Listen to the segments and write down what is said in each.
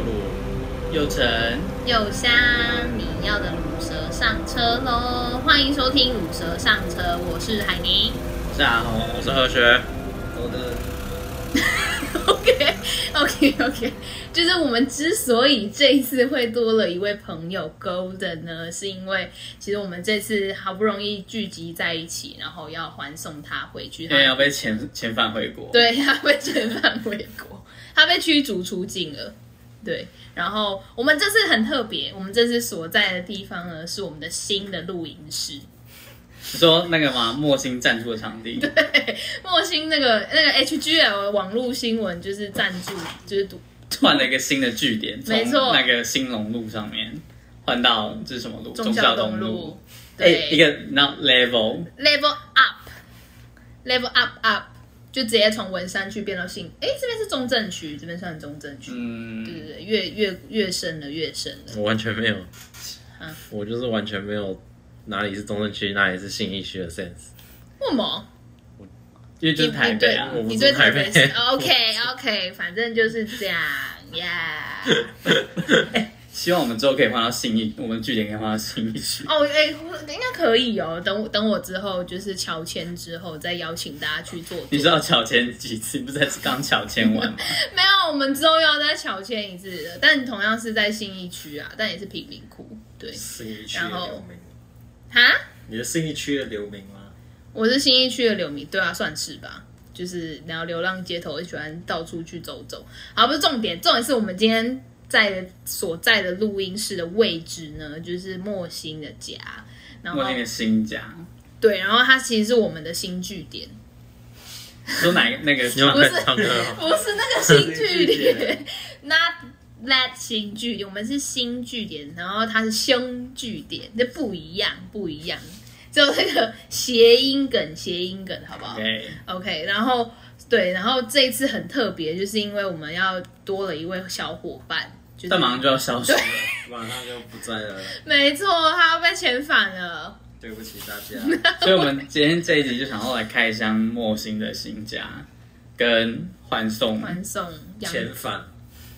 鲁，又成，有虾，你要的卤蛇上车喽！欢迎收听《卤蛇上车》，我是海宁。 我是阿红，我是何学，我的 OK OK OK，就是我们之所以这一次会多了一位朋友 Golden 呢，是因为其实我们这次好不容易聚集在一起，然后要欢送他回去。因为要被遣遣返回国，，啊对他被遣返回国，他被驱逐出境了。对，然后我们这次很特别，我们这次所在的地方呢是我们的新的露营室，你说那个嘛，莫星赞助的场地，莫星那个那个 HGL 网络新闻就是赞助，就是赌换了一个新的据点，从没错那个兴隆路上面换到这是什么路？忠孝孝东路，路，哎、对，一个那 level， level up，level up up，就直接从文山区变到信，哎，这边是中正区，这边算中正区，对嗯，对对，越越越深了，越深了。我完全没有啊，我就是完全没有哪里是中正区，哪里是信义区的 sense。为什么？因为就是台北啊，我你不对是台台北北市 OK OK，反正就是这样呀。Yeah 希望我们之后可以换到信义，我们据点可以换到信义区。哦，哎、应该可以哦。等我等我之后就是乔迁之后再邀请大家去做。你知道乔迁几次？你不是才刚乔迁 完吗？没有？我们之后要再乔迁一次的，但同样是在信义区啊，但也是贫民窟。对，信义区然的后流民，哈，你是信义区的流民吗？我是新一区的流民，对啊，算是吧。就是然后流浪街头，也喜欢到处去走走。好，不是重点，重点是我们今天在的所在的录音室的位置呢，就是莫欣的家。然后我那个新家，对，然后它其实是我们的新据点，你说哪个那个你要场不是看唱歌吗？不是那个新据新据点，not that 新据点，我们是新据点，然后它是新据点，这不一样，不一样，只有那个谐音梗，谐音梗，好不好？对， OK，然后对，然后这一次很特别，就是因为我们要多了一位小伙伴，就是但马上就要消失了。马上就不在了，没错，他要被遣返了。对不起大 家。所以，我们今天这一集就想要来开箱莫星的新家，跟欢送欢送杨遣返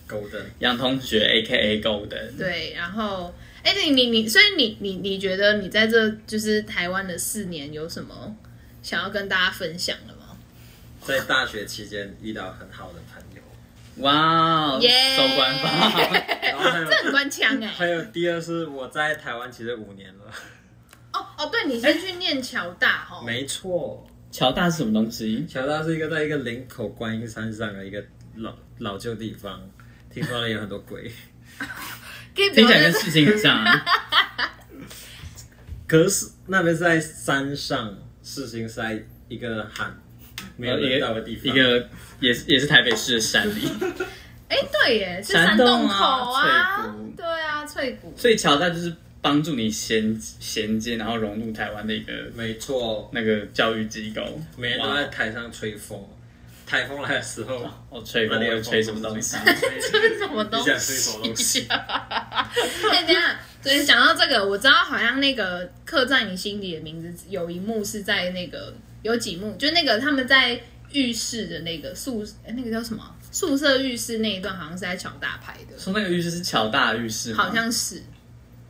Golden，杨同学 A K A Golden。对，然后哎，你你你，所以你你你觉得你在这就是台湾的四年有什么想要跟大家分享的吗？在大学期间遇到很好的朋友，哇哦，耶收官方， 然后还有很官腔哎、还有第二是我在台湾其实五年了，哦哦，对，你先去念侨大哦，没错，乔大是什么东西？乔大是一个在一个林口观音山上的一个老老旧地方，听说那里有很多 鬼，可以不听要起来在跟事情很像 啊。可 是那边是在山上，事情是在一个很没有人到的地一方，个也是也是台北市的山里，哎，对耶，是山山洞洞啊口啊翠谷，对啊，翠谷，所以乔大就是帮助你衔衔接，然后融入台湾的一个没错，那个教育机构。每天都在台上吹风，台风来的时候，我哦吹风，我那你有有吹什么 东西？ 啊这是什么东你西想？吹什么东西？哎，等一下，对，讲到这个，我知道好像那个刻在你心底的名字有一幕是在那个有几幕，就那个他们在浴室的那个宿，哎那个叫什么宿舍浴室那一段，好像是在抢大牌的，说那个浴室是乔大的浴室吗？好像是。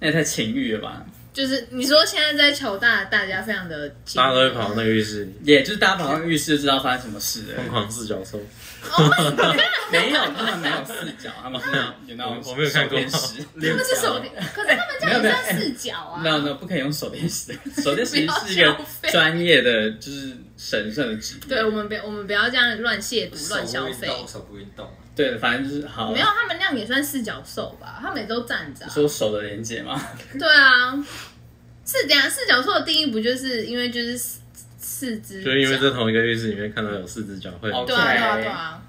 那也太情欲了吧？就是你说现在在乔大，大家非常的紧大家都会跑到那个浴室里也就是大家跑到浴室就知道发生什么事了疯。狂四角兽，哦 没有，他们没有四角，他们有那 种我没有看过手电石他们是手电，可是他们这样没有也算视角啊。没有没有，不可以用手电石，手电石是一不要个消费专业的，就是神圣的职业。对我们不要，我们不要这样乱亵渎、乱手消不运费。哦动，手不运动，对，反正就是好。没有，他们那样也算四角兽吧？他们也都站着、啊。说手的连接嘛， 对啊，是这样。四角兽的定义不就是因为就是四四只脚？就是因为在同一个浴室里面看到有四只脚会哦对啊对啊 OK 对啊，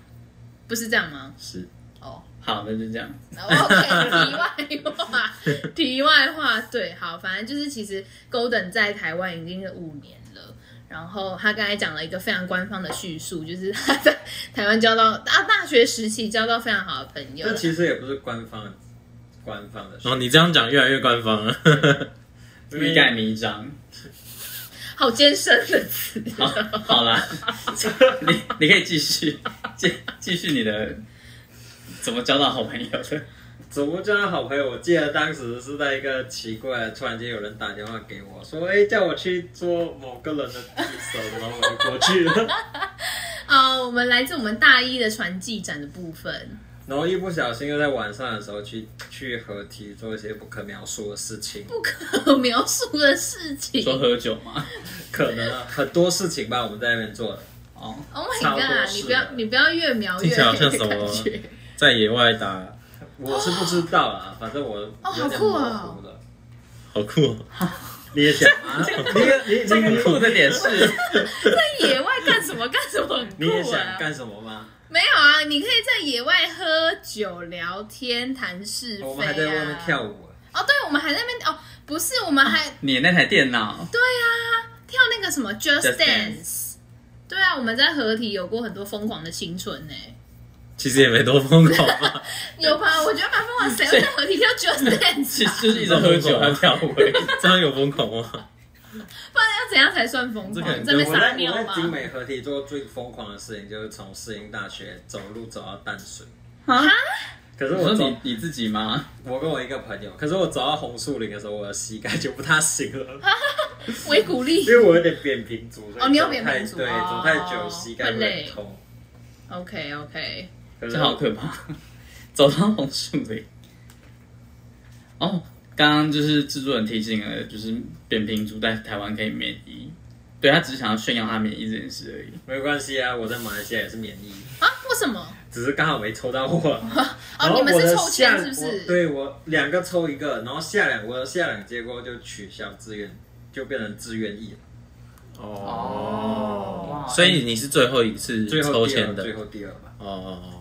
不是这样吗？是哦、好，那就这样。然后 OK，题 外话，题外话，对，好，反正就是其实 Golden 在台湾已经是五年了。然后他刚才讲了一个非常官方的叙述，就是他在台湾交到啊大学时期交到非常好的朋友这，其实也不是官方的官方的事哦，，你这样讲越来越官方了。 欲盖弥彰。好艰深的词。好， 好啦，你你可以继续继继续你的怎么交到好朋友的？怎么叫他好朋友？我记得当时是在一个奇怪，突然间有人打电话给我说，哎、叫我去做某个人的助手，然后我就过去了。 啊、我们来自我们大一的传记展的部分，然后一不小心又在晚上的时候去去合体做一些不可描述的事情，不可 描述的事情。说喝酒吗？可能啊很多事情吧，我们在那边做的。哦， Oh 差不多 my god！是你不要的你不要越描听越起来好黑像的什么感 觉。在野外打，我是不知道啦，反正我哦有点好酷模哦糊了。好酷、哦！你也想 啊？你也你这个啊酷的点是，在野外干什么干什么很酷、啊？你也想干什么吗？没有啊，你可以在野外喝酒、聊天、谈是非、啊。哦我们还在外面跳舞。舞，啊哦，对，我们还在那边哦，不是，我们还、 你那台电脑对啊，跳那个什么 Just Just Dance。对啊，我们在合体有过很多疯狂的青春呢、其实也没多疯狂啊吧，有吧？我觉得蛮疯狂，谁会在合体跳 Just 是 Dance？、啊、 就是一直喝酒还有跳舞而已， 这样有疯狂吗？不然要怎样才算疯这个狂？很这边我在撒我尿在吗？景美合体做最疯狂的事情，就是从世英大学走路走到淡水。啊？可是我我说走你，你自己吗？我跟我一个朋友，可是我走到红树林的时候，我的膝盖就不太行了， 维骨力因。为我有点扁平足。所以哦你有走太扁平足对，哦走太久膝盖会会累痛。 OK OK，可是这好可怕！ 走到红树林。哦，刚刚就是制作人提醒了，就是扁平足在台湾可以免疫，对他只是想要炫耀他免疫这件事而已。没关系啊，我在马来西亚也是免疫，啊？为什么？只是刚好没抽到我。然哦，后你我们是的抽下签是不我是？对我两个抽一个，然后下两我的下两结果就取消志愿，就变成志愿役了。哦所以你是最后一次最后抽第二签的最后第二吧。哦哦。哦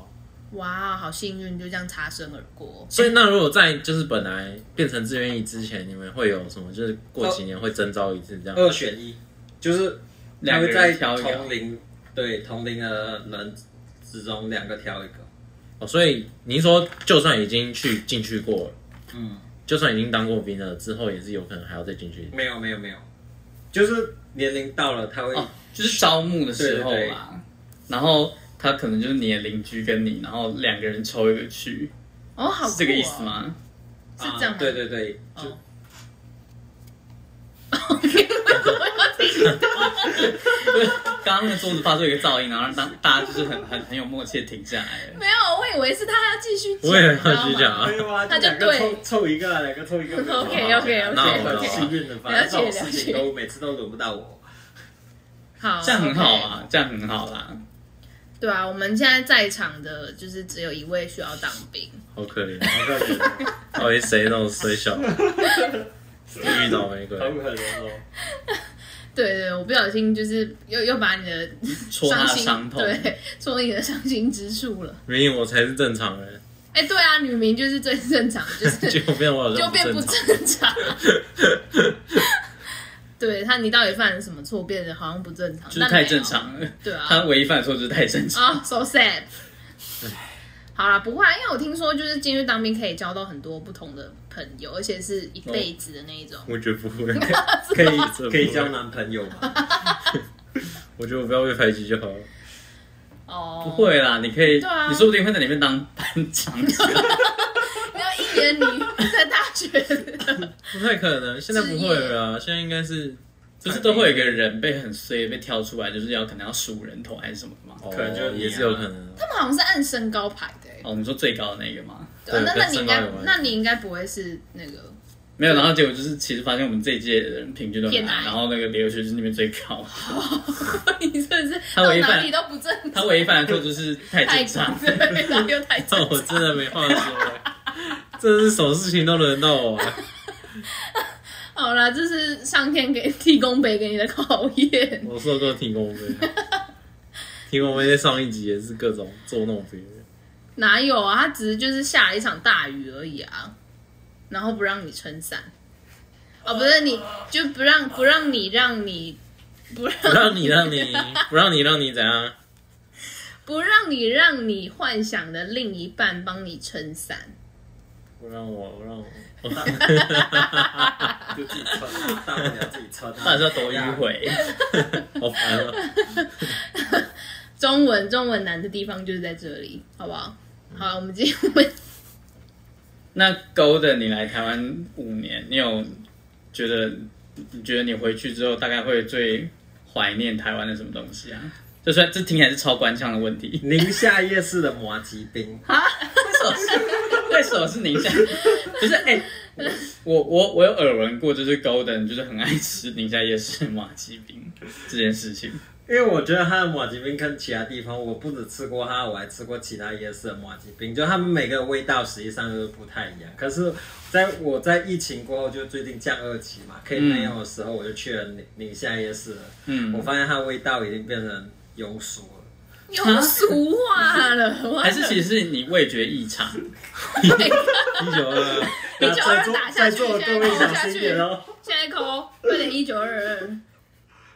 哇，好幸运，就这样擦身而过。所以那如果在就是本来变成志愿役之前，你们会有什么？就是过几年会征召一次这呃样？二选一，就是他两个会在人挑一同个，龄对同龄的人之中两个挑一个。哦，所以您说就算已经去进去过了，嗯，就算已经当过兵了，之后也是有可能还要再进去。没有没有没有，就是年龄到了他会、啊哦，就是招募的时候对对啦。然后他可能就是你的邻居跟你，然后两个人抽一个去，哦，好、是这个意思？吗？ 是这样吗啊对对对，就、哦我要听刚刚那个桌子发出一个噪音，然后让大大家就是很很很有默契地停下来了。 没有，我以为是他要继续讲，我也要继续讲啊没有啊，那就两个对凑凑一个啊，两个凑一个。 OK，OK，OK，OK 那我了解很幸运的，反正这种事情了都每次都轮不到 我。好，这样很好 OK。啊，这样很好啦。对啊，我们现在在场的就是只有一位需要当兵，好可怜，好 可怜哦，到底谁那种水小，遇到玫瑰，好可怜哦。对对，我不小心就是又又把你的戳他伤的心伤痛，对，戳你的伤心之处了。明明我才是正常 人，哎，对啊，女明就是最正常，就是结果变我好就像变不正常。正常。 对他，你到底犯了什么错，变得好像不正常？就是但太没有正。常了。对啊，他唯一犯的错就是太正常。啊、s o sad。好啦，不会啊，因为我听说就是进去当兵可以交到很多不同的朋友，而且是一辈子的那一种。我觉得不会， 可以这不可以交男朋友吗？我觉得我不要被排挤就好了。哦，不，会啦，你可以，对啊你说不定会在里面当班长。 没有一年你在大学，不太可能，现在不会 了啊，现在应该是不是都会有一个人被很衰被挑出来，就是要可能要数人头还是什么的吗？可能就是你啊哦也是有可能。他们好像是按身高排的、欸。哦，你说最高的那个吗？对啊，对那那跟你应身该高有关，系那你应该不会是那个 没有，然后结果就是其实发现我们这一届的人平均都很偏矮，矮然后那个留学就是那边最高。你是不是他到违反哪里都不正常？他唯一犯的错就是太太正 常。对，然后又太 但 正我常。真的没话说了，真的是什么事情都轮到我啊。好啦，这是上天给提供北给你的考验。我受够停工费， 停工费在上一集也是各种捉弄别人。哪有啊？他只是就是下了一场大雨而已啊，然后不让你撑伞。哦，不是你，就不让不让你让你不让不让你让 你不让你让你怎样？不让你让你幻想的另一半帮你撑伞。不让我不让我， 就自己穿啊，大不了自己穿啊。到底是要多迂回？ 好烦啊！中文中文难的地方就是在这里，好不好？好了，我们今天我们那 Golden，你来台湾五年，你有觉得你觉得你回去之后大概会最怀念台湾的什么东西啊？就算这听起来是超官腔的问题，宁夏夜市的麻吉为冰，什么是为什么是宁夏？不是哎、我我我有耳闻过，就是 Golden 就是很爱吃宁夏夜市马鸡饼这件事情。因为我觉得它的马吉冰跟其他地方，我不止吃过它，我还吃过其他夜市的马吉冰，就他们每个味道实际上都是不太一样。可是在我在疫情过后，就最近降二级嘛，可以没有的时候，我就去了宁宁夏夜市了，我嗯，发现它的味道已经变成庸俗了。又俗话了， 还是其实是你味觉异常，一九二，一九二在座打下在去座的各现在位打小下心去一点哦。现在抠，快点一九二二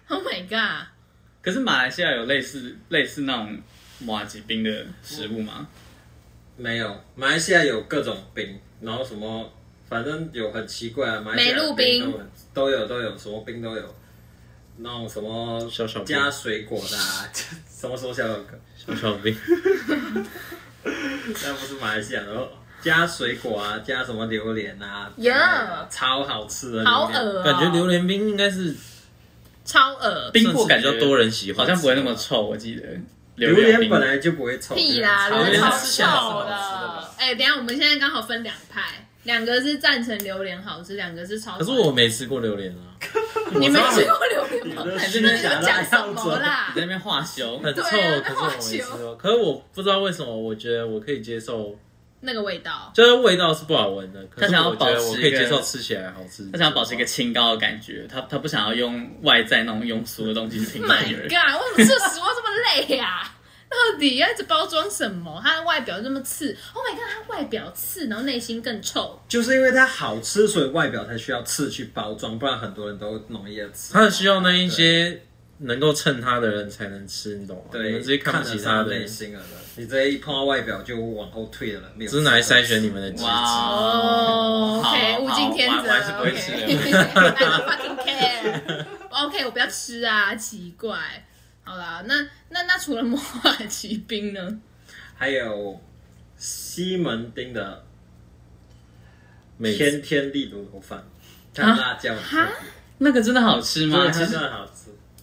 ，Oh my god！可是马来西亚有类似类似那种马吉饼的食物吗？没有，马来西亚有各种冰，然后什么，反正有很奇怪啊的马来西亚美露的冰冰都有都有都有，什么冰都有，那种什么小小冰加水果的、啊， 什么时候小有个？小小兵，那不是马来西亚的哦，加水果啊，加什么榴莲啊，呀超好吃的榴莲，好恶、哦感觉榴莲冰应该是超恶，冰过感算是觉比较多人喜欢，好像不会那么臭，我记得榴榴莲冰本来就不会臭，屁啦，榴榴莲莲超超吃起来是臭好吃的的。哎、等一下我们现在刚好分两派，两个是赞成榴莲好吃，两个是超。可是我没吃过榴莲啊，你没我知道吃过榴莲吗？你的你虚在假的讲爱什好么者。啦你？在那边化修，很臭，对啊可是我没吃过。可是我不知道为什么，我觉得我可以接受，那个味道，就是味道是不好闻的，可他是想要我觉得保我持可一以个接受吃起来好吃。他想要保持一个清高的感觉，他他不想要用外在那种庸俗的东西去 Oh 评价 My 别人。 God！为什么吃食物这么累呀、到底要一直包装什么？它的外表这么刺，Oh my god！它外表刺，然后内心更臭。就是因为它好吃，所以外表才需要刺去包装，不然很多人都容易吃。他需要那一些能够衬他的人才能吃，你懂吗？哦你对，们这些看不得起上他的内人，心了的，你这一碰到外表就往后退了，没有。只是拿来筛选你。们的鸡哇汁。哦、o 好 k 好物竞天择我还是不会吃的 OK，I don't fucking care。OK，我不要 吃啊，奇怪。好啦，那那那除了魔法骑 兵呢？还有西门町的美天天地卤肉饭，它辣椒哈啊很那个真的好吃吗？特其别，对它实真的好吃。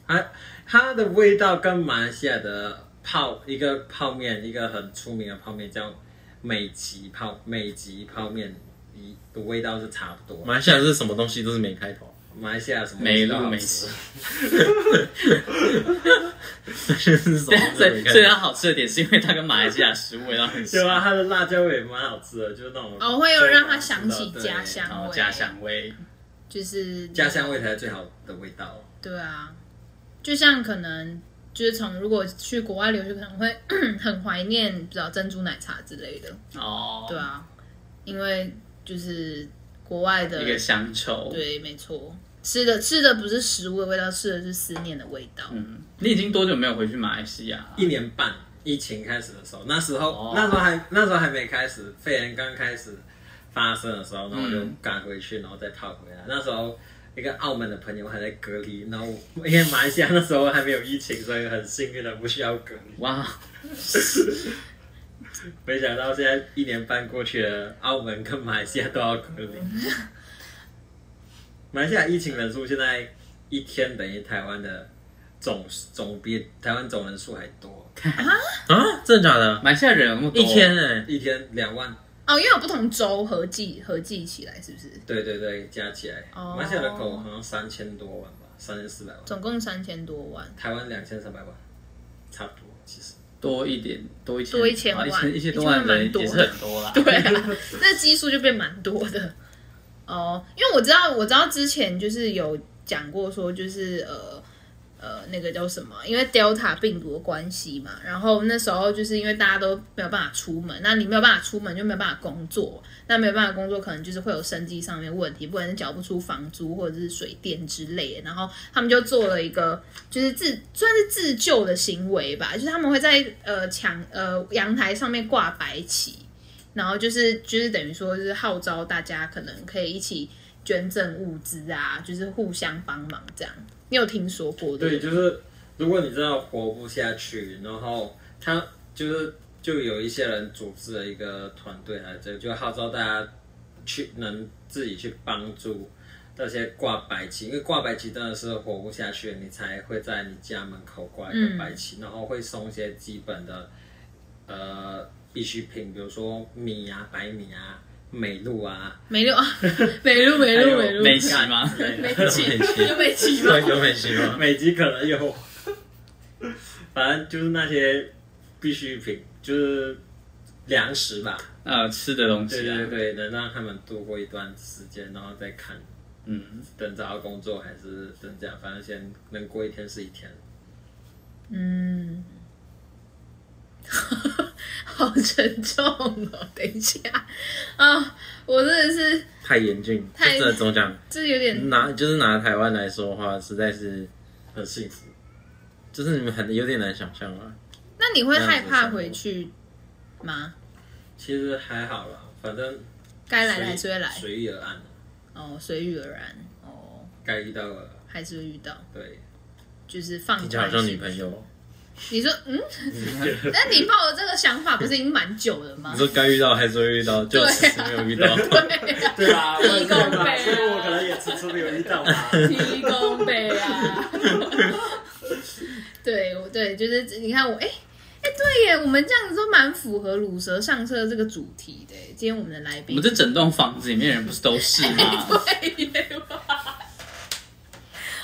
它它的味道跟马来西亚的泡一个泡面，一个很出名的泡面叫美极泡美极泡面，一的味道是差不多。马来西亚是什么东西都是美开 头， 马来西亚什么美都露好美吃食，是什么都是对 所美以开所以头。它好吃的点是因为它跟马来西亚食物味道很 对啊，像，它的辣椒也蛮好吃的，就是那种哦，会有让他想起对家然乡后味，哦家乡味，就是家乡味才是最好的味道。对啊，就像可能就是从如果去国外留学，可能会 很怀念，不知道珍珠奶茶之类的。哦，对啊，因为就是国外的一个哦乡愁。对，没错，吃的吃的不是食物的味道，吃的是思念的味道。嗯，你已经多久没有回去马来西亚了？一年半，疫情开始的时候，那时候、哦那时候还那时候还没开始，肺炎刚开始发生的时候，然后我就赶回去，然后再跑回来。那时候一个澳门的朋友还在隔离，然后我因为马来西亚那时候还没有疫情，所以很幸运的不需要隔离。哇，没想到现在一年半过去了，澳门跟马来西亚都要隔离。马来西亚疫情人数现在一天等于台湾的总总比台湾总人数还多，啊，真的假的？马来西亚人有那么多一天哎，一天两万。哦，因为有不同州合计合计起来，是不是？对对对，加起来，哦马来西亚的狗好像三千多万吧，三千四百万，总共三千多万，台湾两千三百万，差不多其实。多一点，多一千，多一千啊万一千一千多一千万万蛮人也多是的很多啦。 对啊，那基数就变蛮多的。 哦，因为我知道，我知道之前就是有讲过说，就是呃呃那个叫什么，因为 Delta 病毒的关系嘛，然后那时候就是因为大家都没有办法出门，那你没有办法出门就没有办法工作，那没有办法工作可能就是会有生计上面问题，不管是缴不出房租或者是水电之类的，然后他们就做了一个就是自算是自救的行为吧，就是他们会在呃墙呃阳台上面挂白旗。然后就是就是等于说就是号召大家可能可以一起捐赠物资啊，就是互相帮忙这样。你有听说过对，对不对？就是如果你真的活不下去，然后他就是就有一些人组织了一个团队，还是这个就号召大家去能自己去帮助那些挂白旗，因为挂白旗真的是活不下去，你才会在你家门口挂一个白旗，然后会送一些基本的呃必需品，比如说米啊、白米啊、美露啊，美露啊，美露美 露美露，美琪 吗？美琪就美琪嘛， 有美琪吗？ 美籍可能有，反正就是那些必需品，就是粮食吧。呃，吃的东西、啊。对对对，能让他们度过一段时间，然后再看，嗯，等找到工作还是等这样，反正先能过一天是一天。嗯， 好沉重哦！等一下啊、我真的是太严峻，就太真的怎么讲？这有点拿就是拿台湾来说的话，实在是很幸福，就是你们很有点难想象啊。那你会害怕回去吗？其实还好啦，反正该来的还是会来，随遇而安，哦，随遇而安，哦，该遇到了，还是会遇到，对，就是放听起来宽好像心女朋。友，你说，嗯，那你抱的这个想法不是已经蛮久了吗你？说该遇到还是会遇到，就迟迟没有遇 到。对啊，我也是嘛所以我可能也迟迟没有遇 到吧。提供杯啊。 对，我对，就是你看我，哎、哎、对耶，我们这样子都蛮符合乳蛇上车这个主题的耶。今天我们的来我宾们，这整栋房子里面的人不是都是吗？哎对耶，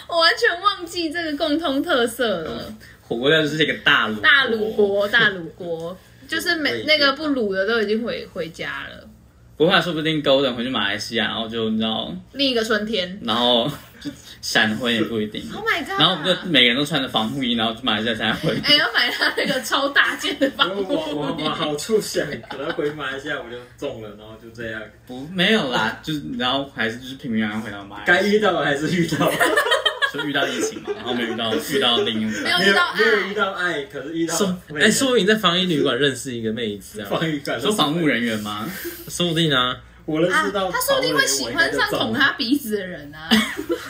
我完全忘记这个共通特色了。 火锅料就是一个大卤大鲁。国，大鲁国，就是我每也那个不卤的都已经回回家了。不过他说不定 Golden 回去马来西亚，然后就你知道，另一个春天然后就闪婚也不一定。 ，Oh my god！然后我们就每个人都穿着防护衣，然后去马来西亚参加婚礼。哎、要买他那个超大件的我防护我我往衣，好处想，可能回马来西亚我就中了，然后就这样，不，没有啦，就是然后还是就是平平安安回到马来西亚该，遇到的还是遇到， 就遇到疫情嘛，然后没有遇到遇到另一没半有。没有遇到爱啊没有遇到爱，可是遇到说，美哎、人说不定在防疫旅馆认识一个妹子啊，防御感，说防务人员吗？说不定啊，我认啊识到，他说不定会喜欢上捅他。他鼻子的人啊。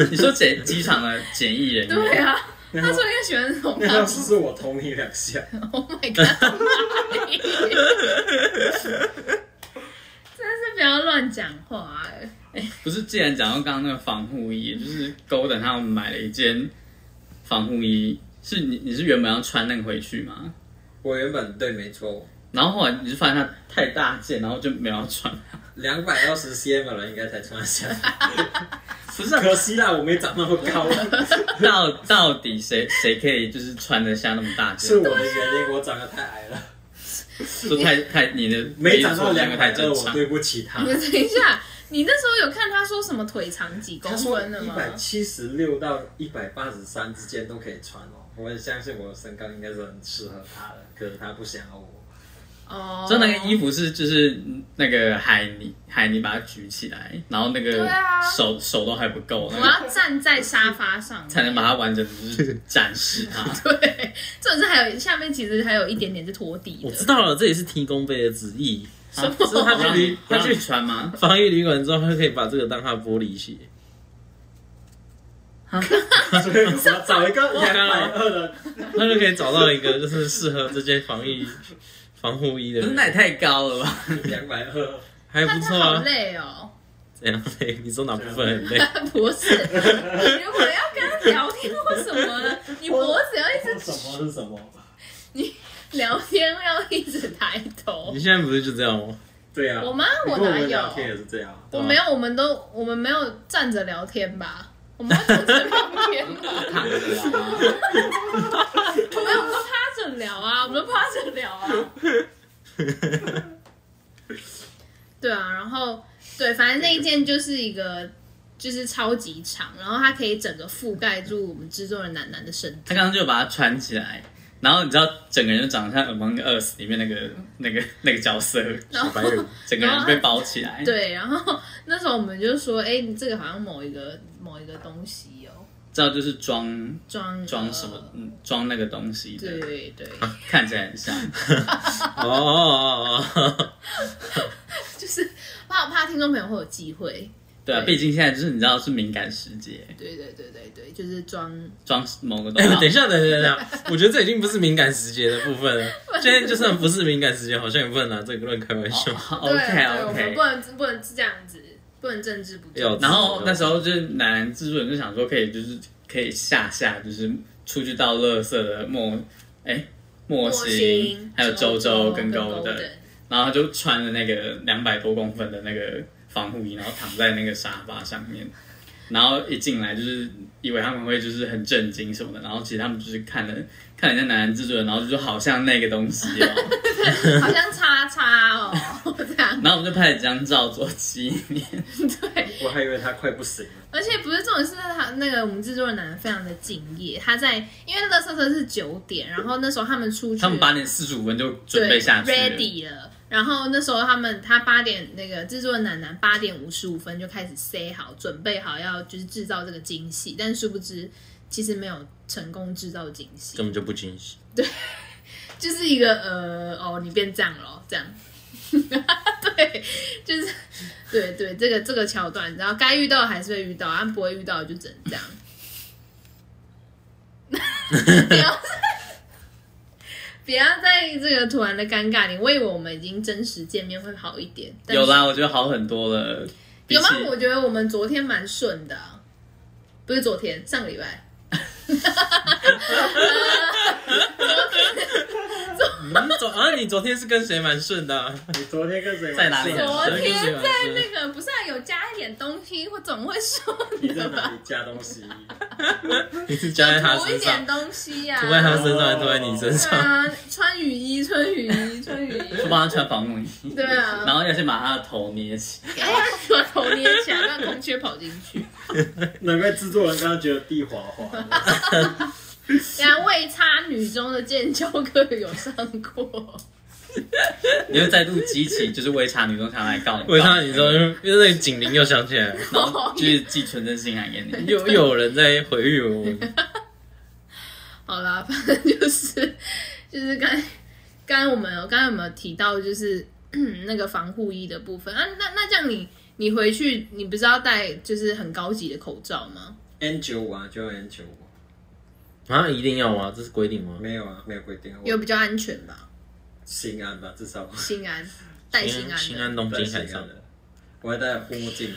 你说检机场的检疫人员？对啊，他说应该喜欢捅那他要鼻是子。是我捅你两下， Oh my god！真是不要乱讲话哎、不是，既然讲到刚刚那个防护衣，就是 Golden 他们买了一件防护衣，是你你是原本要穿那个回去吗？我原本对没错，然后后来你就发现它太大件，然后就没有要穿。 两百二十 cm 了应该才穿得下，不是啊、可惜啦，我没长那么高，啊 到到底谁谁可以就是穿得下那么大件？是我的原因，我长得太矮了，说太太你的没长到没错那两个太百二，正我常。对不起他你。等一下，你那时候有看他说什么腿长几公他说分的一吗？百七十六到一百八十三之间都可以穿哦，我很相信我的身高应该是很适合他 的，可是他不想要我。 哦，就那个衣服是就是那个海泥海泥把它举起来，然后那对个啊手、手都还不够，那我个要站在沙发上才能把它完整的就是展示 它。对，这种是还有下面其实还有一点点是拖地我知的，道啊了，这也是提供杯的旨意。什么他不让你去不他让你去穿吗？防疫旅馆之后，他可以把这个当他的玻璃鞋。所以我要找一 个两百二的，他就可以找到一个就是适合这件防疫防护衣的可是那也人，太高了吧？两百二，还但不他错好啊。累哦。怎样累？你说哪部分很 累？脖子，你如果要跟他聊天或什么的，你脖子要一直什么是什么？聊天，要一直抬头你。现在不是就这样 吗？对啊，我吗？你跟我哪们有聊？天也是这样啊。我没有，我们都我们没有站着聊天吧？我们都站着聊天吧？躺着啊，我们有都趴着聊啊，我们都趴着聊啊。对啊，然后对，反正那一件就是一个就是超级长，然后它可以整个覆盖住我们制作人楠楠的身体。他刚刚就把它穿起来，然后你知道整个人就长得像《Among Us》里面那个那个那个角色，然后白人整个人被包起来。，对，然后那时候我们就说，哎，你这个好像某一个某一个东西哦，知道就是装装装什么？嗯，装那个东西呃的，对对，看起来很像。哦哦哦哦哦，就是怕怕听众朋友会有忌讳，对啊，对毕竟现在就是你知道是敏感时节，对对对对对，就是装装某个东哎、西。等一下，等一下，等一下，我觉得这已经不是敏感时节的部分了。现在就 算不是敏感时节，好像也不能拿这个论开玩笑。对对，哦，OK 我们 OK 哎不。能不能这样子，不能政治不要正。然后那时候就是男制作人就想说，可以就是可以下下就是出去到垃圾的莫哎莫星欣，还有周周跟高高的，然后他就穿着那个两百多公分的那个防护衣，然后躺在那个沙发上面，然后一进来就是以为他们会就是很震惊什么的，然后其实他们就是看了看人家男人制作人，然后就说好像那个东 西哦，好像叉叉哦，这样然后我们就拍了几张照做纪念。对。我还以为他快不行了。而且不是重点是他那个我们制作人男的非常的敬业，他在因为乐色车是九点，然后那时候他们出去，他们八点四十五分就准备对下去了 ready 了。然后那时候他们他八点那个制作人楠楠八点五十五分就开始 say 好，准备好要就是制造这个惊喜，但殊不知其实没有成功制造惊喜根，本就不惊喜。就是一个呃哦你变这样咯，这样。 对，就是对对，这个这个桥段，然后该遇到的还是会遇到，啊不会遇到的就只能这样。 不要不要在这个突然的尴尬里，我以为我们已经真实见面会好一点。但是有，啦，我觉得好很多了。比有吗起？我觉得我们昨天蛮顺的啊、不是昨天，上个礼拜。你昨啊，你昨天是跟谁蛮顺的啊、你昨天跟谁在哪里玩昨天昨天在那个不是、啊、有加一点东西，我总会说你在哪里加东西？你是加在他涂一身上点，东西呀、涂在他身上，还是涂在你身对上？啊，穿雨衣，穿雨衣，穿雨就衣。帮他穿防护衣，对啊，然后要先把他的头捏起。哎呀，把头捏起来，让空气跑进去。难怪制作人刚刚觉得地滑滑的。呀，未插女中的剑教课有上过，你又再度激起就是微差女中想来 告你，我看你说，因为那个警铃又响起来了，然后就是寄纯真信函给你。又又有人在回忆我们。 好啦，反正就是就是刚刚刚我们有刚刚有没有提到就是 那个防护衣的部分啊？那那这样你你回去你不是要戴就是很高级的口罩吗？ N 九五啊，就用 N 九五，啊，一定要吗？这是规定吗？没有啊，没有规定啊。有我比较安全吧？心安吧，至少心安，戴心啊安的。新安东我京海啊上，的。我还戴护目镜，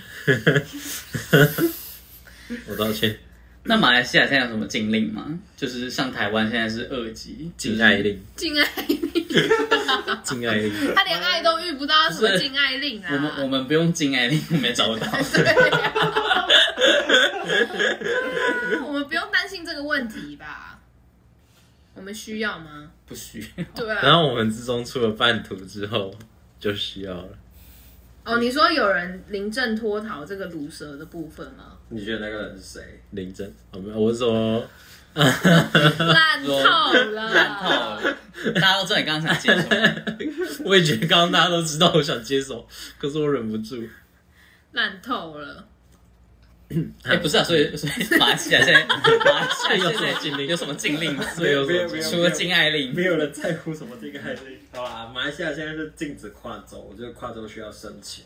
我道歉，那马来西亚现在有什么禁令吗？就是像台湾现在是二级敬爱，令， 敬爱 令，敬爱 令。他连爱都遇不到，什么敬爱令就是我们我啊？们不用禁爱令，我们也找 不到。我们不用担心这个问题吧？我们需要吗？不许。对然啊。后我们之中出了半途之后，就需要了。哦，你说有人临阵脱逃这个毒蛇的部分吗？你觉得那个人是谁？林真，我们我是说， 烂透好了，，大家都知道你刚刚想接什 么。我也觉得刚刚大家都知道我想接手，可是我忍不住。烂透了。哎，不是啊，所以所以马来西亚现 在马来西亚现在禁令有什么禁令吗？所以有什没有么没有禁除了禁爱令没，有人在乎什么这个还是 好啦，马来西亚现在是禁止跨州，我觉得跨州需要申请，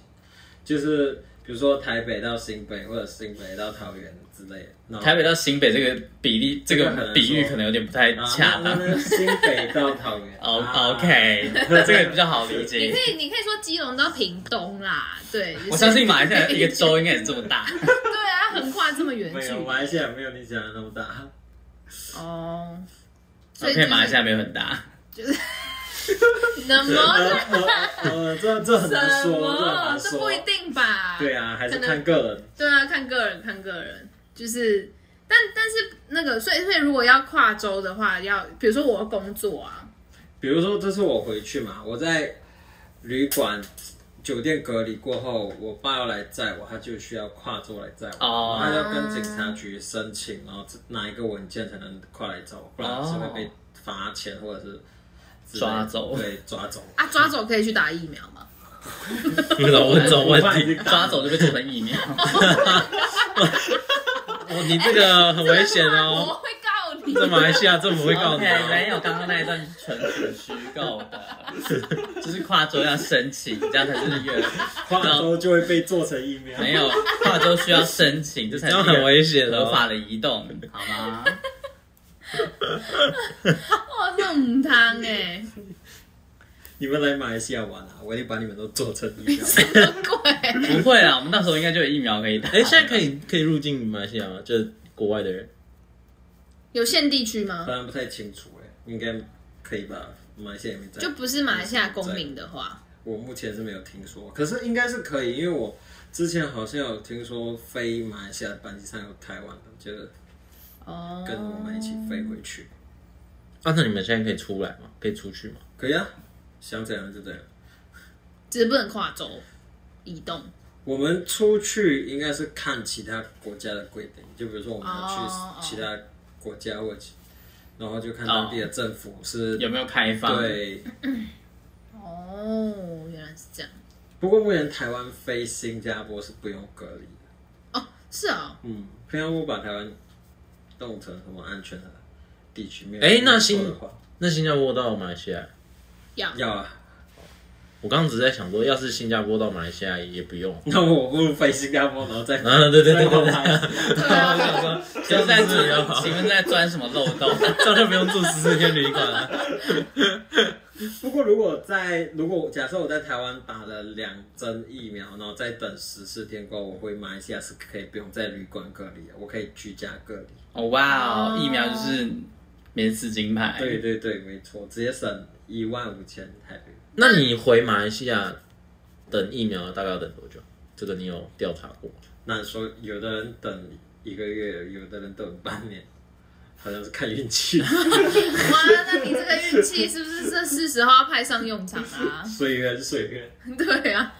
就是比如说台北到新北或者新北到桃园之类的。然后台北到新北这个比例，这这个很个难比喻说可能有点不太啊恰那当。那新北到桃 园。 O 啊 OK，这个比较好理你解可。以，你可以说基隆到屏东啦，对。就是我相信马来西亚一个州应该也是这么大。对啊，横跨这么远没距有，离马来西亚没有你想的那么大。哦。所以就 OK，是马来西亚没有很大，怎么呃啦？呃呃，这这很难什说，这很么？难这说不一。定吧？对啊，还是看个人。对啊，看个人，看个人，就是，但但是那个，所以所以如果要跨州的话，要比如说我要工作啊，比如说，这次我回去嘛，我在旅馆、酒店隔离过后，我爸要来载我，他就需要跨州来载我，哦他要跟警察局申请，然后拿一个文件才能跨来找我，不然是会被罚钱或者是之类的抓走对，抓 走。啊抓走可以去打疫苗吗？不老问这种问我爸已题，经打抓走就被做成疫苗。哦，你这个很危险我哦。会告你在马来西亚政府会告你 OK，没 哦。有，刚刚那一段是纯属虚构的， 就是跨州要申请，这样才是一个 跨州就会被做成疫苗。没有跨州需要申请，这才这是样一很个危险的合哦。法的移动，好吗？哦，这母汤哎，你们来马来西亚玩啊，我一定把你们都做成疫 苗。什么鬼？不会啦，我们到时候应该就有疫苗可以打。哎，现在可以可以入境马来西亚吗？就是国外的人，有限地区吗好？像不太清楚哎、应该可以吧？马来西亚也没在，就不是马来西亚公民的话，我目前是没有听说，可是应该是可以，因为我之前好像有听说飞马来西亚的班机上有台湾的，就是哦，跟我们一起飞回去，啊，那你们现在可以出来吗？可以出去吗？可以啊，想怎样就怎样。只是不能跨州移动。我们出去应该是看其他国家的规定，就比如说我们要哦哦去其他国家或者，然后就看当地的政府是、有没有开放？，对。哦，原来是这样。不过目前台湾飞新加坡是不用隔离的，哦，是哦，嗯，新加坡把台湾弄成什么安全的地区没有？哎那新的话那新加坡到马来西亚，要 要啊，我刚刚只是在想说，要是新加坡到马来西亚也不用。 那我不如飞新加坡，然后再啊，对对对对对，对，对啊，就是在这样请问在钻什么漏洞？这样就不用住十四天旅馆了。不过如果在如果假设我在台湾打了两针疫苗，然后再等十四天过后，我回马来西亚是可以不用在旅馆隔离的，我可以居家隔离。哦哇哦，哦疫苗就是免死金牌。对对对，没错，直接省一万五千台币。那你回马来西亚等疫苗大概要等多久？这个你有调查过吗？那说有的人等一个月，有的人等半年，好像是看运气。哇，那你这个运气是不是这是时候要派上用场啊？ 随缘随缘。对啊，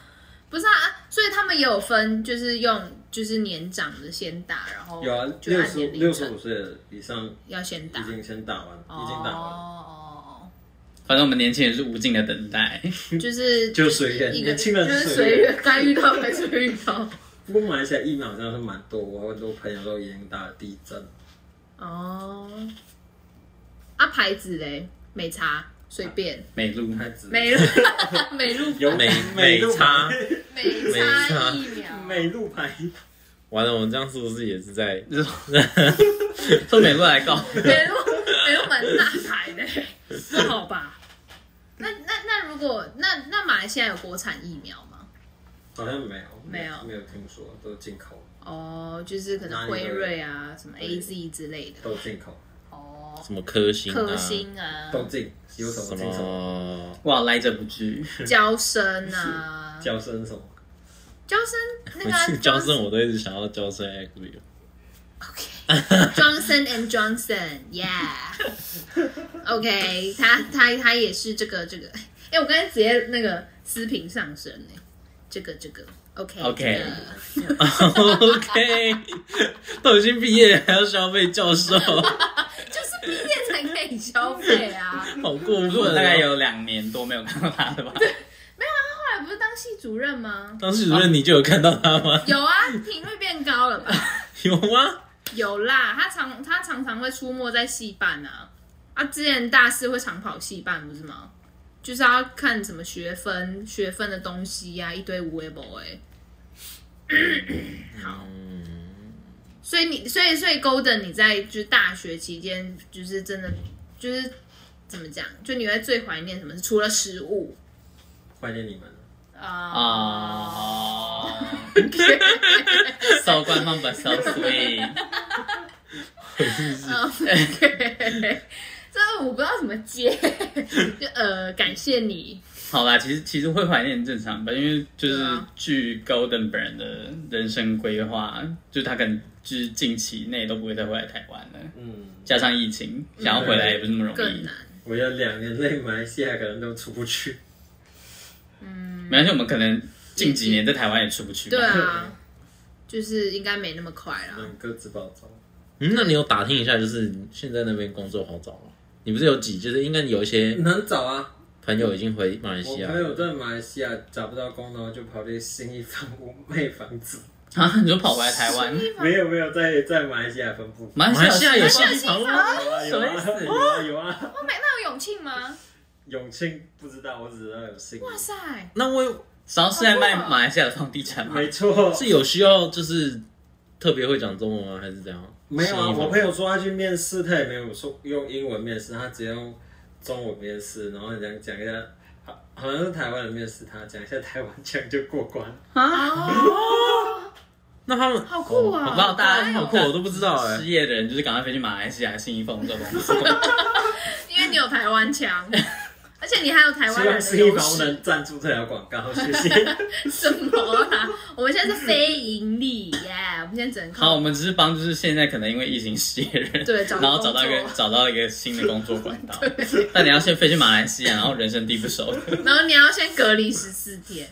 不是啊，所以他们也有分，就是用就是年长的先打，然后有啊，哦就六按十年六龄十层五岁以上要先打，已经先打完，已经打完了， 哦，反正我们年轻人是无尽的等待。 就是就随缘。一个年轻人就是是随随缘。缘，该遇到还是会遇到。不过马来西亚疫苗好像是蛮多，我很多朋友都已经打了第一针。哦，啊牌子嘞，没差，随 便，美露，太子美 美露有 美美美差，美没差差疫苗，美路牌，完了，我们这样是不是也是在就是 说美露来告， 美露美露蛮大牌的，不好吧？那那那如果那那马来西亚有国产疫苗吗？好像没有，没有没有听说，都进口，哦，就是可能辉瑞啊，什么 A Z 之类的。都进口，哦，什么科兴啊？科兴啊，都进，有什什么进什么，么？哇，来者不拒。 娇生啊，叫声什么，娇生那每个 啊次娇生我都一直想要娇生 XB。 Johnson and Johnson，yeah，OK，、OK，他他他也是这个这个，哎、我刚才直接那个私频上升哎、这个这个，OK OK 这个 OK，都已经毕业了还要消费教授，好就是毕业才可以消费啊，过分、我哦！大概有两年多没有看到他了吧？后来不是当系主任吗？当时主任你就有看到他吗？有啊，频率变高了吧？有吗？有啦，他常他常常会出没在戏办啊，啊，之前大四会长跑戏办不是吗？就是要看什么学分、学分的东西呀、一堆无微博哎。好，嗯所以你所以所以 Golden 你在就是大学期间就是真的就是怎么讲，就你会最怀念什么？除了食物怀念你们了。啊，哦、s o 官方 but so sweet。哦 这我不知道怎么接， 就呃感谢你。好啦，其实其实会怀念很正常吧，因为就是对啊据 Golden 本人的人生规划，就是他可能就是近期内都不会再回来台湾了，嗯，加上疫情，想要回来也不是那么容易更。难。我要两年内马来西亚可能都出不去，没关系，我们可能近几年在台湾也出不去。对，啊，就是应该没那么快啦。嗯，各自包装。嗯，那你有打听一下，就是你现在那边工作好找吗？你不是有几，就是应该有一些难找啊！朋友已经回马来我西亚朋友了，在马来西亚找不到工，然后就跑去新一房屋卖房子，啊，你就跑回来台湾，没有没有，在在马来西亚分布。马马来西亚有西西皮房屋，有啊有什么啊意思有啊有啊，我买那有永庆吗？永庆不知道，我只知道有信。哇塞，那我然后是在卖马来西亚的房地产吗？没错，是有需要就是特别会讲中文吗？还是怎样？没有西啊，方我朋友说他去面试，他也没有说用英文面试，他直接用中文面试，然后讲讲一下，好好像是台湾人面试他，讲一下台湾腔就过关。哦，那他们好酷啊！我不知道大家好酷，我都不知道欸哎、失业的人就是赶快飞去马来西亚信义凤这种公司， 因为你有台湾腔，而且你还有台湾希望人是的一优方势。能赞助这条广告，谢谢。什么啦？我们现在是非盈利耶我们现在只能靠好，我们只是帮就是现在可能因为疫情失业的人，对找然到后找到一个工作找到一个新的工作管 道，但你要先飞去马来西亚，然后人生地不熟的， 然后你要先隔离十四天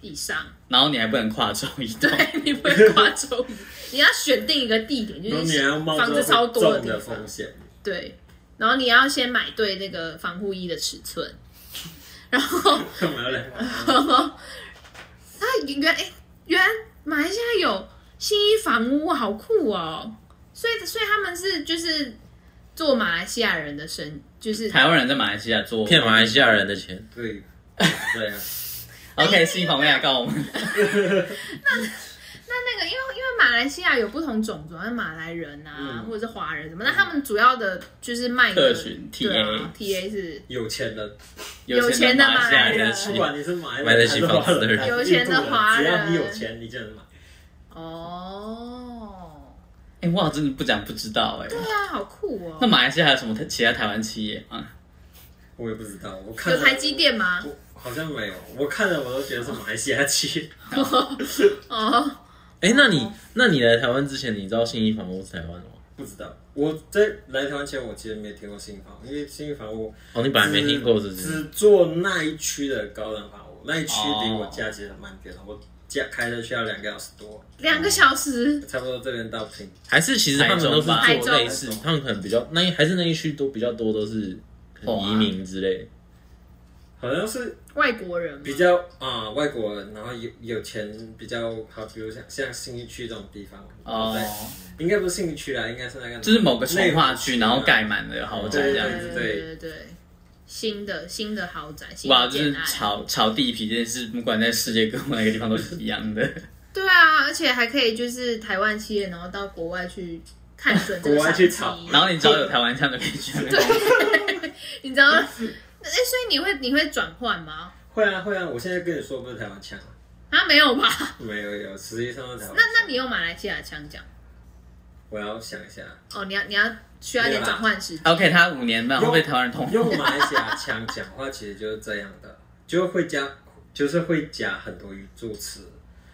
以上，然后你还不能跨州移动， 对，你不会跨州移，你要选定一个地点，然就后你还要是冒房着子超会多中地的方风，险，对，然后你要先买对那个防护衣的尺寸，然 后干嘛要来？啊，原哎、原来马来西亚有新衣房屋，好酷哦！所以所以他们是就是做马来西亚人的生，就是台湾人在马来西亚做骗马来西亚人的钱，对对啊， ，OK，信义房来告我们，那那个因为因为马来西亚有不同种族，像马来人啊，嗯或者是华人什么，那他们主要的就是卖客的群对啊 TA 是有钱人，有钱的马来西亚人马来不西管你是买买得起还是房子的人华有钱的华人只要你有钱，你就能买。哦，哎、哇，真的不讲不知道哎、对啊，好酷那哦！马来西亚还有什么其他台湾企业吗？我也不知道，我看有了台积电吗？我好像没有，我看了我都觉得是马来西亚企哦，哎、那你那你来台湾之前，你知道信义房屋是台湾的吗？ 不知道，我在来台湾前，我其实没听过新房，因为新房我哦，你本来没听过是不是？只做那一区的高档房屋，那一区离我家其实蛮远的，我家开车需要两个小时多，两个小时，差不多这边到平。还是其实他们都是台中吧做类似台中，他们可能比较那一还是那一区都比较多都是可能啊移民之类的。好像是外国人吗比较啊、外国人，然后有有钱比较好，比如像像新一区这种地方，哦、对，应该不是新一区啦，应该是那个就是某个从化内区，湖然后啊盖满了豪宅这样对子。对对对对，新的新的豪宅，新哇，的就建是案，炒炒地皮这件事，不管在世界各国哪个地方都是一样的。对啊，而且还可以就是台湾企业，然后到国外去看准这个国外商去机炒。然后你只要有台湾腔就可以去。你知道，哎、所以你会你会转换吗？会啊会啊，我现在跟你说不是台湾腔啊，啊，没有吧？没有有，实际上是台湾那腔。那你用马来西亚腔讲我要想一下，哦，你要你要需要一点转换时间。 OK，他五年半会被台湾人痛用马来西亚腔讲话其实就是这样的，就会加，就是会加很多语助词，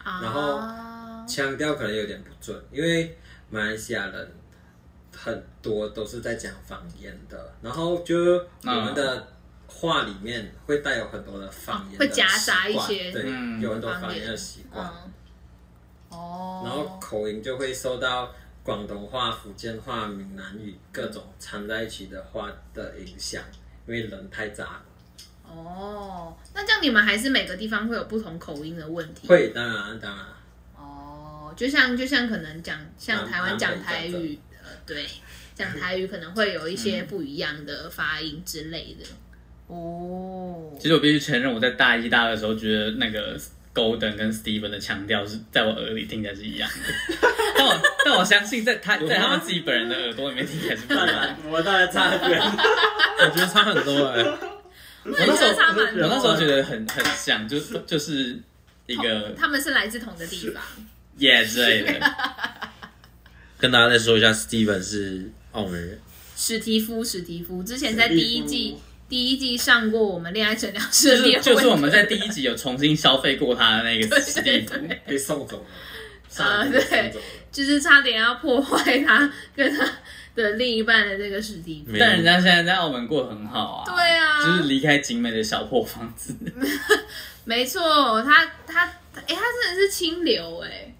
然后啊腔调可能有点不准，因为马来西亚人很多都是在讲方言的，然后就我们啊的话里面会带有很多的方言的会夹杂一习惯些对，嗯有很多方方言言的习惯，嗯，哦，然后口音就会受到广东话、福建话、闽南语各种掺在一起的话的影响，因为人太杂了。哦，那这样你们还是每个地方会有不同口音的问题。会，当然当然，哦，就像就像可能讲像南台湾讲南台北讲语，呃，对，讲台语可能会有一些不一样的发音之类的。哦，其实我必须承认，我在大一、大二的时候，觉得那个 Golden 跟 Steven 的腔调是在我耳里听起来是一样的。 但我但我相信在他在他们自己本人的耳朵里面听起来是不一当样的。然 我当然差很远。我觉得差很多哎、我我那时候差蛮我那时多。候觉得很很像，就就是一个哦他们是来自同个地方，耶之类的。跟大家再说一下，Steven 是澳门人，史提夫，史提夫之前在史提第夫一季第一季上过我们恋爱诊疗室就的列是位，就是我们在第一集有重新消费过他的那个史蒂夫， 被送走了，啊上一个被对送走了。 就是差点要破坏他跟他的另一半的这个史蒂夫。没有但人家现在在澳门过得很好啊。对啊就是离开景美的小破房子。没错，他他哎、他真的是清流哎、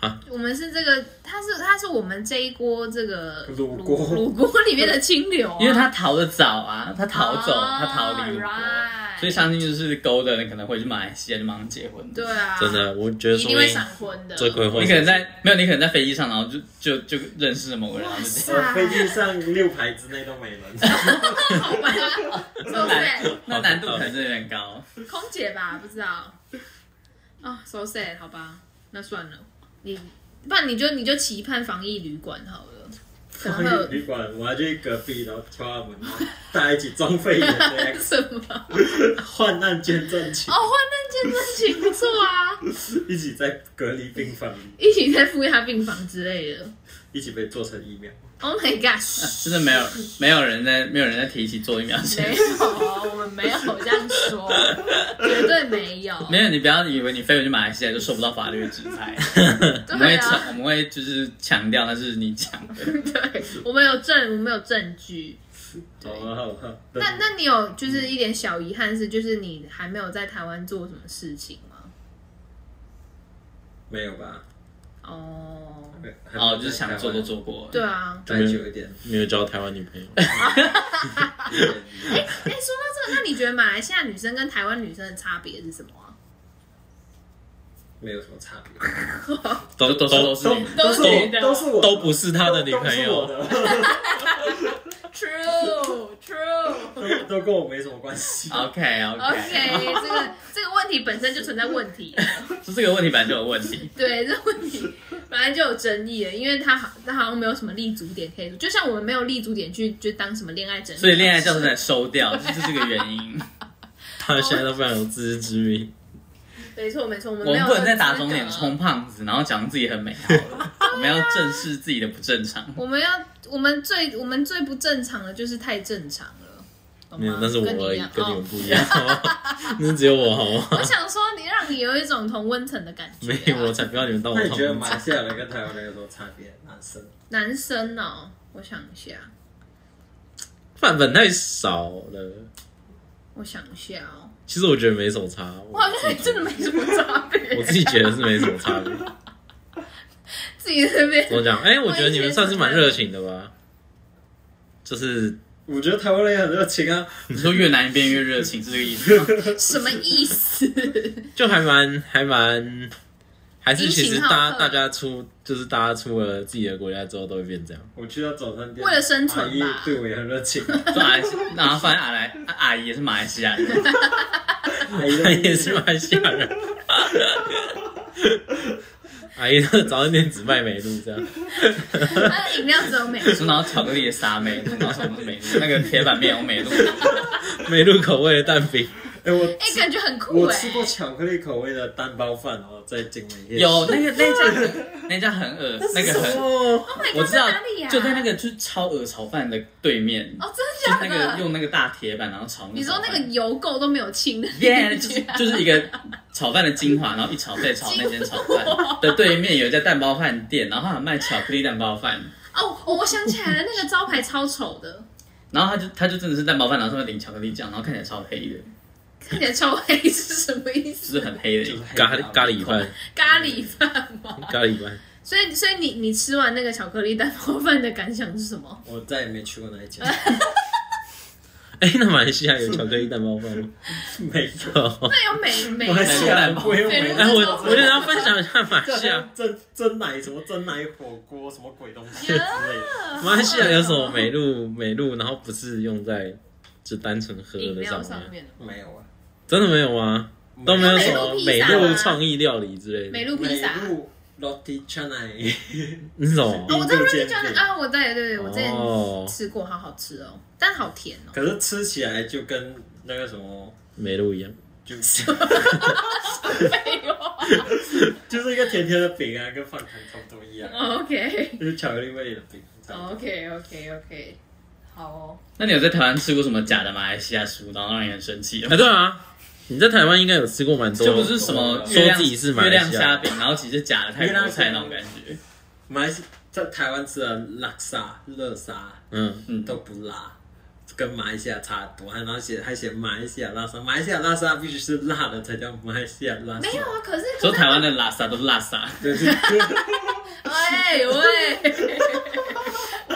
啊我们是这个，他是他是我们这一锅这个卤锅卤锅里面的清流啊、因为他逃得早啊，他逃走，啊他逃离我， right 所以相信就是勾的人可能会去马来西亚就马上结婚。对啊，真的，我觉得一说定不会定闪婚的。最会混。你可能在没有，你可能在飞机上，然后就就就认识了某个人，然哇后就塞，我飞机上六排之内都 没人。好吧，是不是那难度可能真的有点高。空姐吧？不知道。啊、s o sad，好吧，那算了，你不然你就你就期盼防疫旅馆好了，可能会有旅馆，我还去隔壁，然后敲他门，大家一起装肺炎这 样什么？患难捐赠群哦，，患难见真情不错啊，一起在隔离病房，一起在负压病房之类的。一起被做成疫苗。 Oh my gosh！就是没有没有人在没有人在提起做疫苗这件 没事有，我们没有这样 说，绝对没有。没有，你不要以为你飞回去马来西亚就受不到法律的制 裁。我们会对强，啊，我们会就是强调那是你讲的。 对，我们有证，我们有证据。好啊好啊，那那你有就是一点小遗憾是，就是你还没有在台湾做什么事情吗？没有吧？哦，哦，就是想做都，做过。对 啊。待久一点。没有交台湾女朋友，嗯哎，说到这个，那你觉得马来西亚女生跟台湾女生的差别是什么啊？没有什么差别，都 都都都是你都都是是我我的，都是我，都不是他的女朋友，都 True True。是我 的，都跟我没什么关系。啊 OK OK， OK，这个这个问题本身就存在问题。就 这个问题本来就有问 题。对，这问题本来就有争议了，因为他好，他好像没有什么立足点可以说，就像我们没有立足点去就当什么恋爱啊整理，所以恋爱教室才收掉，啊就是这个原因。他现在都非常有自知之明。没错没错，我们我没们有不能再这个打肿脸资格啊充胖子，然后讲自己很美好了。我们要正视自己的不正常。我们要我们最我们最不正常的就是太正常了，懂没有吗，？但是我哦跟你而已一样，跟你们哦。啊不一样， 好吗？那只有我好吗？ 我想说，你让你有一种同温层的感觉、啊没有，我才不要你们当我 那你同觉得马志来西亚人跟台湾人有什么差别？男生男生哦，我想一下，范本太少了。我想一下哦，其实我觉得没什么差，我我好像真的没什么差别，我自己觉得是没什么差 别。怎自己这边么讲？哎、我觉得你们算是蛮热情的吧，就是我觉得台湾人也很热情啊，你说越南变越热情是这个意思吗？什么意思？就还蛮还蛮，还是其殷实勤好大客大家出就是大家出了自己的国家之后都会变这样。我去到早餐店，为了生存阿姨吧对我也很热情，啊 说阿，然后发现阿来啊阿姨也是马来西亚人，阿姨阿都姨也是马来西亚人，阿姨都早餐店只卖美露这样， 他的饮料只有美说然后巧克力也撒美露，然后什么是美露，那个铁板面有美露，美露口味的蛋饼， 哎我哎、感觉很酷我哎、吃过巧克力口味的蛋包饭哦，在景美夜市有那个那家那家很恶，那个很，哦， Oh my god，我知道在哪里呀、就在那个就是超恶炒饭的对面，哦，真就是的那假的？个用那个大铁板然后炒。你说那个 油垢都没有清的耶，就是就是一个炒饭的精华，然后一炒再炒那间炒饭的对面有一家蛋包饭店，然后他有卖巧克力蛋包饭，哦，我我想起来了，那个招牌超丑的， 然后他就他就真的是蛋包饭，然后上面淋巧克力酱，然后看起来超黑的，看起来超黑是什么意就 思？是很黑的一就个是。黑咖蛋喱咖 喱饭，咖喱饭吗？咖喱饭，所以，所以你你吃完那个巧克力蛋包饭的感想是什么？ 我再也没去过那一家，哎、那马来西亚有巧克力蛋包饭吗？没有。有。那有美美马来西西亚人亚人不不会会用用美美露哎、我我觉得要分享一下马来西亚。蒸蒸奶什么蒸奶火锅什么鬼东西之类的，马来西亚有什么美露？美露，然后不是用在就单纯喝饮的料上上面，面的没有啊，真的没有吗？都没有什么美美露披萨露创意料理之类啊美的。露披美萨。露 roti canai，那是什哦， 么？我知道印度 Rocky 煎 John 饼啊，我对对对，我之哦前吃过，好好吃哦，但好甜哦。可是吃起来就跟那个什么，美露一样，就哦 就是一个甜甜的饼啊，跟饭团差不多一样，哦 OK 就是巧克力味的饼。差不多 OK OK OK，好哦。那你有在台湾吃过什么假的马来西亚食物，然后让你很生气哎，吗？对啊，你在台湾应该有吃过蛮多，就不是什么月说亮自己是马月来亮西虾亚，饼，然后其实是假的泰国菜那种感觉。马来西在台湾吃的拉沙、热沙嗯，嗯，都不辣。跟马来西亚差很多，还然后写还写马来西亚拉沙，马来西亚拉沙必须是辣的才叫马来西亚拉沙没。有啊，可是说台湾的拉萨都是拉萨，哎对对对， 喂喂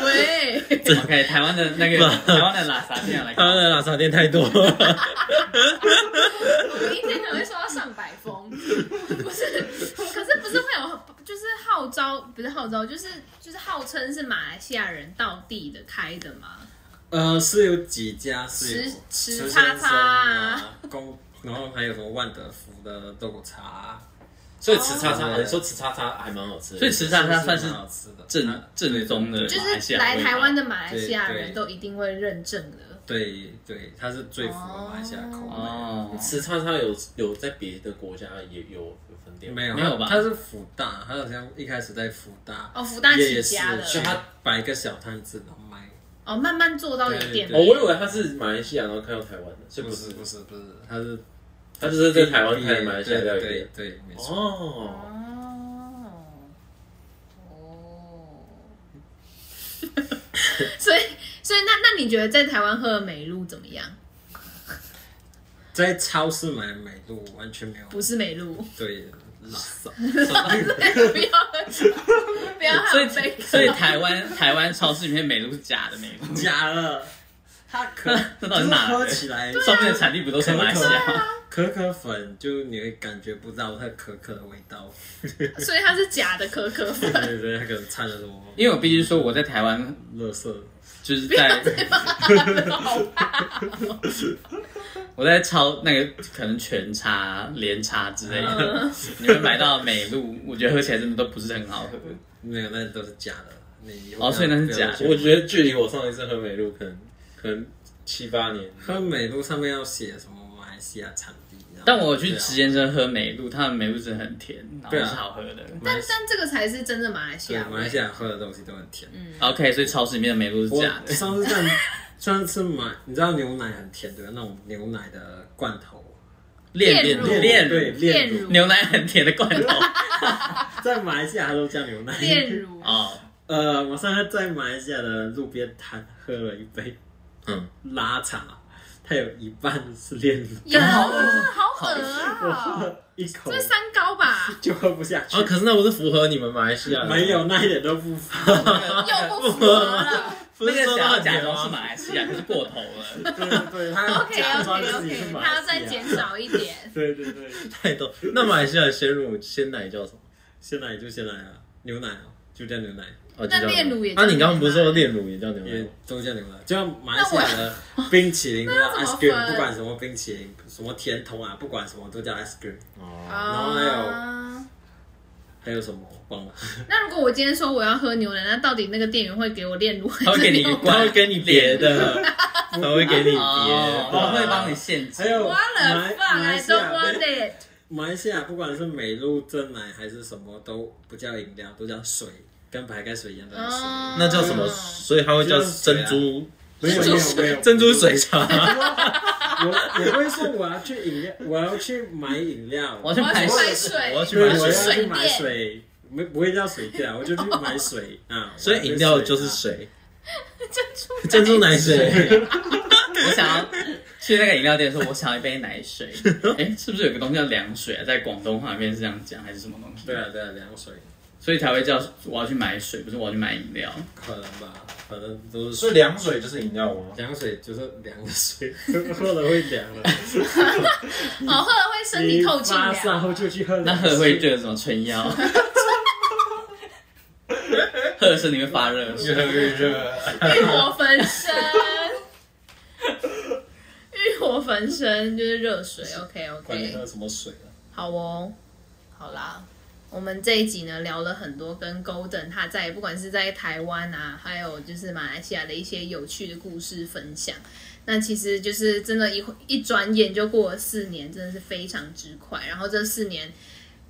喂，哎、 OK，台湾的那个台湾的拉萨店来台湾看，的拉萨店太 多了，我们一天可能会收到上百封，不是，可是不是会有，就是号召，不是号召，就是就是号称是马来西亚人到地的开的嘛。呃，是有几家是有池池池叉先生叉啊啊，公，然后还有什么万德福的豆腐茶啊，所以吃叉叉，哦你说吃叉叉还蛮好吃的，所以池叉叉算是蛮好吃的正啊正宗的就马来西是亚来味道台湾的马来西亚对人对都一定会认证的。对对，它是最符合马来西亚口味。哦，吃叉叉有有在别的国家也有有分店吗，没有没有吧它是福大，它好像一开始在福大哦，福大夜起市家的，去摆一个小摊子，然后卖。哦，慢慢做到有店哦，面。我以为他是马来西亚，然后开到台湾的，所以不不是是，不是不是，它是他就是在台湾开马来西亚料理对对店。对，没错。哦，哦， 哦，所以，所以那那你觉得在台湾喝的美露怎么样？在超市买美露完全没有，不是美 露， 对，拉萨不要不要所浪以费。 所以台湾台湾超市里面美露是假的美露，假的，它 可那到底哪来的就是喝起来啊上面的产地不都是马来西亚？可可粉，就你会感觉不到它可可的味道。所以它是假的可可 粉，对对，它可能掺了什么因为我必须说我在台湾垃圾。就是在好哦吧？ 我在超那个可能全茶、连茶之类嗯的，你会买到美露，我觉得喝起来真的都不是很好喝。没有，那都是假的。你以后哦所以那是不要假的去我觉得距离我上一次喝美露可能可能七八年，喝美露上面要写什么马来西亚产地。然后但我去对啊池先生喝美露，他的美露真的很甜，然啊后是好喝的。但但这个才是真的马来西对亚马来味西。亚喝的东西都很甜。 OK，所以超市里面的美露是我假的。上次在上次买，你知道牛奶很甜对吧？那种牛奶的罐头，炼炼乳炼对乳，炼炼乳牛奶很甜的罐头。在马来西亚它都叫牛奶。炼乳，哦，呃，我上次在马来西亚的路边摊喝了一杯嗯，拉茶，它有一半是炼乳，呀，好啊好恶恶我喝啊！了一口这三高吧，就喝不下去啊，，可是那不是符合你们马来西亚的没有，那一点都不发。 又不符合了。那个想要很甜啊假吗装是马来西亚，可是过头 了。对对，他要 OK 假 OK 装自己是 OK，马他要来再西亚减。少一点。对对对，太多。那马来西亚的鲜乳鲜奶叫什么？鲜奶就鲜奶啊，牛奶啊，就叫牛奶，哦，那就叫炼乳也叫那你刚牛奶刚不是说炼乳也叫牛奶也吗？都叫牛奶，就像马来西亚的冰淇淋啊那要怎，ice 么 cream，分不管什么冰淇淋，什么甜筒啊，不管什么都叫 ice cream。哦，啊哦，还有什么忘了？那如果我今天说我要喝牛奶，那到底那个店员会给我炼乳还他会是给你没一有？罐他会给你别 的，他会给你别哦的，我会帮你哦限制还。有我马了马来 I 西 don't 亚 want 的 it。马来西亚，不管是美露真奶还是什么，都不叫饮料，都叫水，跟白开水一样的水。哦那叫什么？所以它会叫珍珠没有没有 没有，珍珠水茶。我我会说我要去饮料，我要去买饮料，我要我去要买去买水，水，我要去对，买我要水去买水 水，没不会叫水店啊，我就去买水啊。所以饮料就是水水， 珍珠珍珠奶水。我想要去那个饮料店说，我想要一杯奶 水。哎、是不是有个东西叫凉水啊？在广东话里面是这样讲，还是什么东西？啊。对啊，对啊，凉水所以才会叫我要去买水，不是我要去买饮料。可能吧，反正都是以凉水就是饮料吗？凉水，就是凉的水，喝了会凉了。好喝了会身体透气你发烧凉。就去喝那凉水。喝会热什么春 药？喝的身体会发热，越喝越热。欲火 焚身，欲火焚身就是热水。OK 管你 OK，喝什么水啊？好哦，好啦，我们这一集呢聊了很多跟 Golden 他在不管是在台湾啊，还有就是马来西亚的一些有趣的故事分享。那其实就是真的一，一转眼就过了四年，真的是非常之快。然后这四年，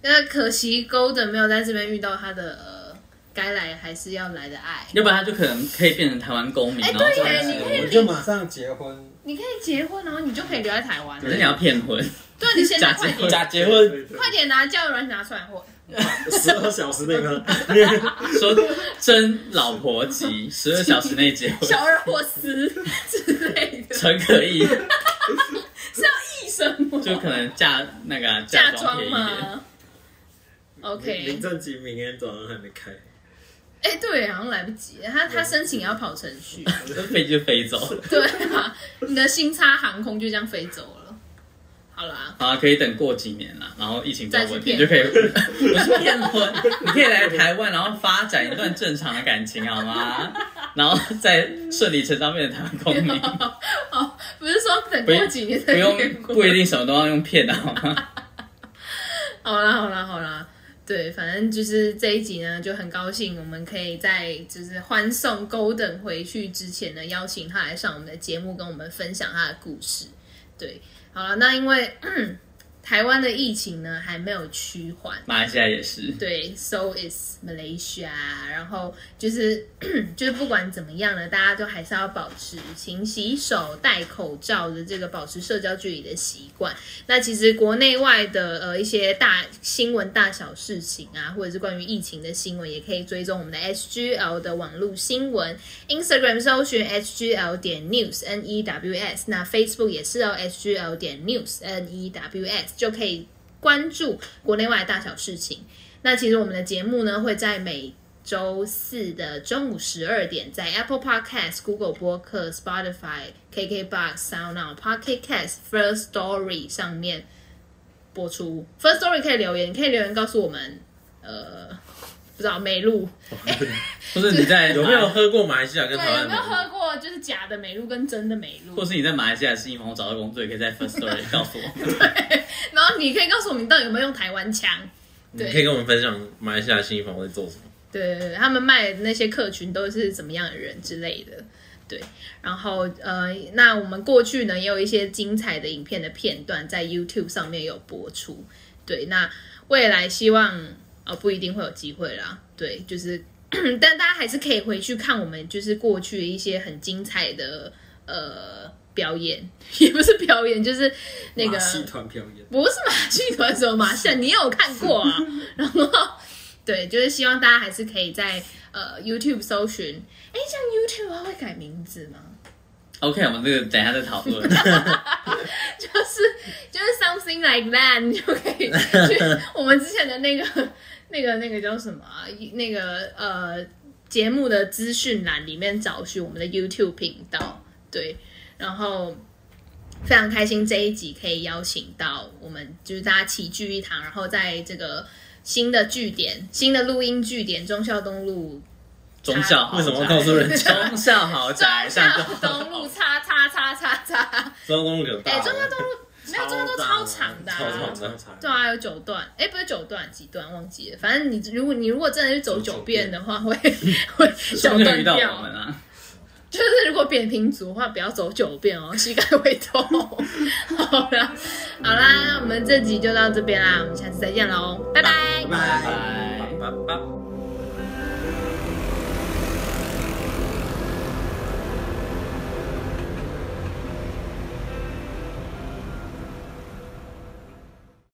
那可惜 Golden 没有在这边遇到他的呃该来还是要来的爱。 要不然他就可能可以变成台湾公民，哎然后就对耶是你可以我就马上结婚，你可以结婚，然后你就可以留在台湾可是了。你要骗婚，对，你现假在结快婚，点，假结婚，对对快点拿交友软件拿出来混。十二小时内喝。说真老婆级，十二小时内结 婚， 小二货丝之类的，纯可以，一什么就可能嫁那个啊嫁妆妆便宜一点。吗林？OK，正吉明天早上还没开，哎、对，好像来不及，他他申请也要跑程序， 飞就飞走了。对啊，你的新差航空就这样飞走了。好啦，好啊，可以等过几年啦，然后疫情比较稳定，再去骗就可以。 不是骗婚，你可以来台湾，然后发展一段正常的感情，好 吗？然后再顺理成章变成台湾公民，哦，不是说等不过用几年再不用变过不一定什么都要用骗的，好吗？好啦，好啦，好啦，对，反正就是这一集呢，就很高兴我们可以在就是欢送 Golden 回去之前呢，邀请他来上我们的节目，跟我们分享他的故事。对，好了，那因为、 嗯台湾的疫情呢还没有趋缓，马来西亚也是，对，so is Malaysia。然后就是 就是不管怎么样呢，大家都还是要保持勤洗手、戴口罩的这个保持社交距离的习惯。那其实国内外的呃一些大新闻、大小事情啊，或者是关于疫情的新闻，也可以追踪我们的 SGL 的网络新闻，Instagram 搜寻 SGL 点 news n e w s，那 Facebook 也是哦 SGL 点 news n e w s 就可以关注国内外的大小事情。那其实我们的节目呢，会在每周四的中午十二点，在 Apple Podcast、Google 播客、Spotify、KKBox、SoundOn、Pocket Cast、First Story 上面播出。First Story 可以留言，你可以留言告诉我们，呃，不知道美露或者你在有没有喝过马来西亚跟对台湾的有没有？喝过就是假的美露跟真的美或露，是你在马来西亚是一方找到工作，也可以在 First Story 告诉我。 然后你可以告诉我们你到底有没有用台湾腔。你对可以跟我们分享马来西亚新房在做什么？对对对，他们卖的那些客群都是怎么样的人之类的。对，然后呃，那我们过去呢也有一些精彩的影片的片段在 YouTube 上面有播出。对，那未来希望呃不一定会有机会啦。对，就是 但大家还是可以回去看我们就是过去一些很精彩的呃表演，也不是表演，就是那个马戏团表演，不是马戏团什么马戏，你有看过啊？ 然后对，就是希望大家还是可以在呃 YouTube 搜寻。哎，这样 YouTube 它会改名字吗？ OK，我们这个等一下再讨 论。就是就是 something like that，你就可以 去我们之前的那个那个那个叫什么啊、那个呃节目的资讯栏里面找寻我们的 YouTube 频道，对，然后非常开心这一集可以邀请到我们，就是大家齐聚一堂，然后在这个新的据点、新的录音据点忠孝东路中校豪宅为什么要告诉人家？ 中校 豪宅忠上孝东路叉叉叉叉 叉，中央东路可大哎、了，忠孝东路没有，忠孝东路超长的、啊，超长的长对啊，有九段，哎、不是九段，几段忘记了。反正你如果你如果真的去走九遍的话，会会说九不定段遇到掉。我们啊。就是如果扁平足的话，不要走九遍哦，膝盖会痛。 好啦，好啦，那我们这集就到这边啦，我们下次再见喽，拜拜拜拜拜拜拜。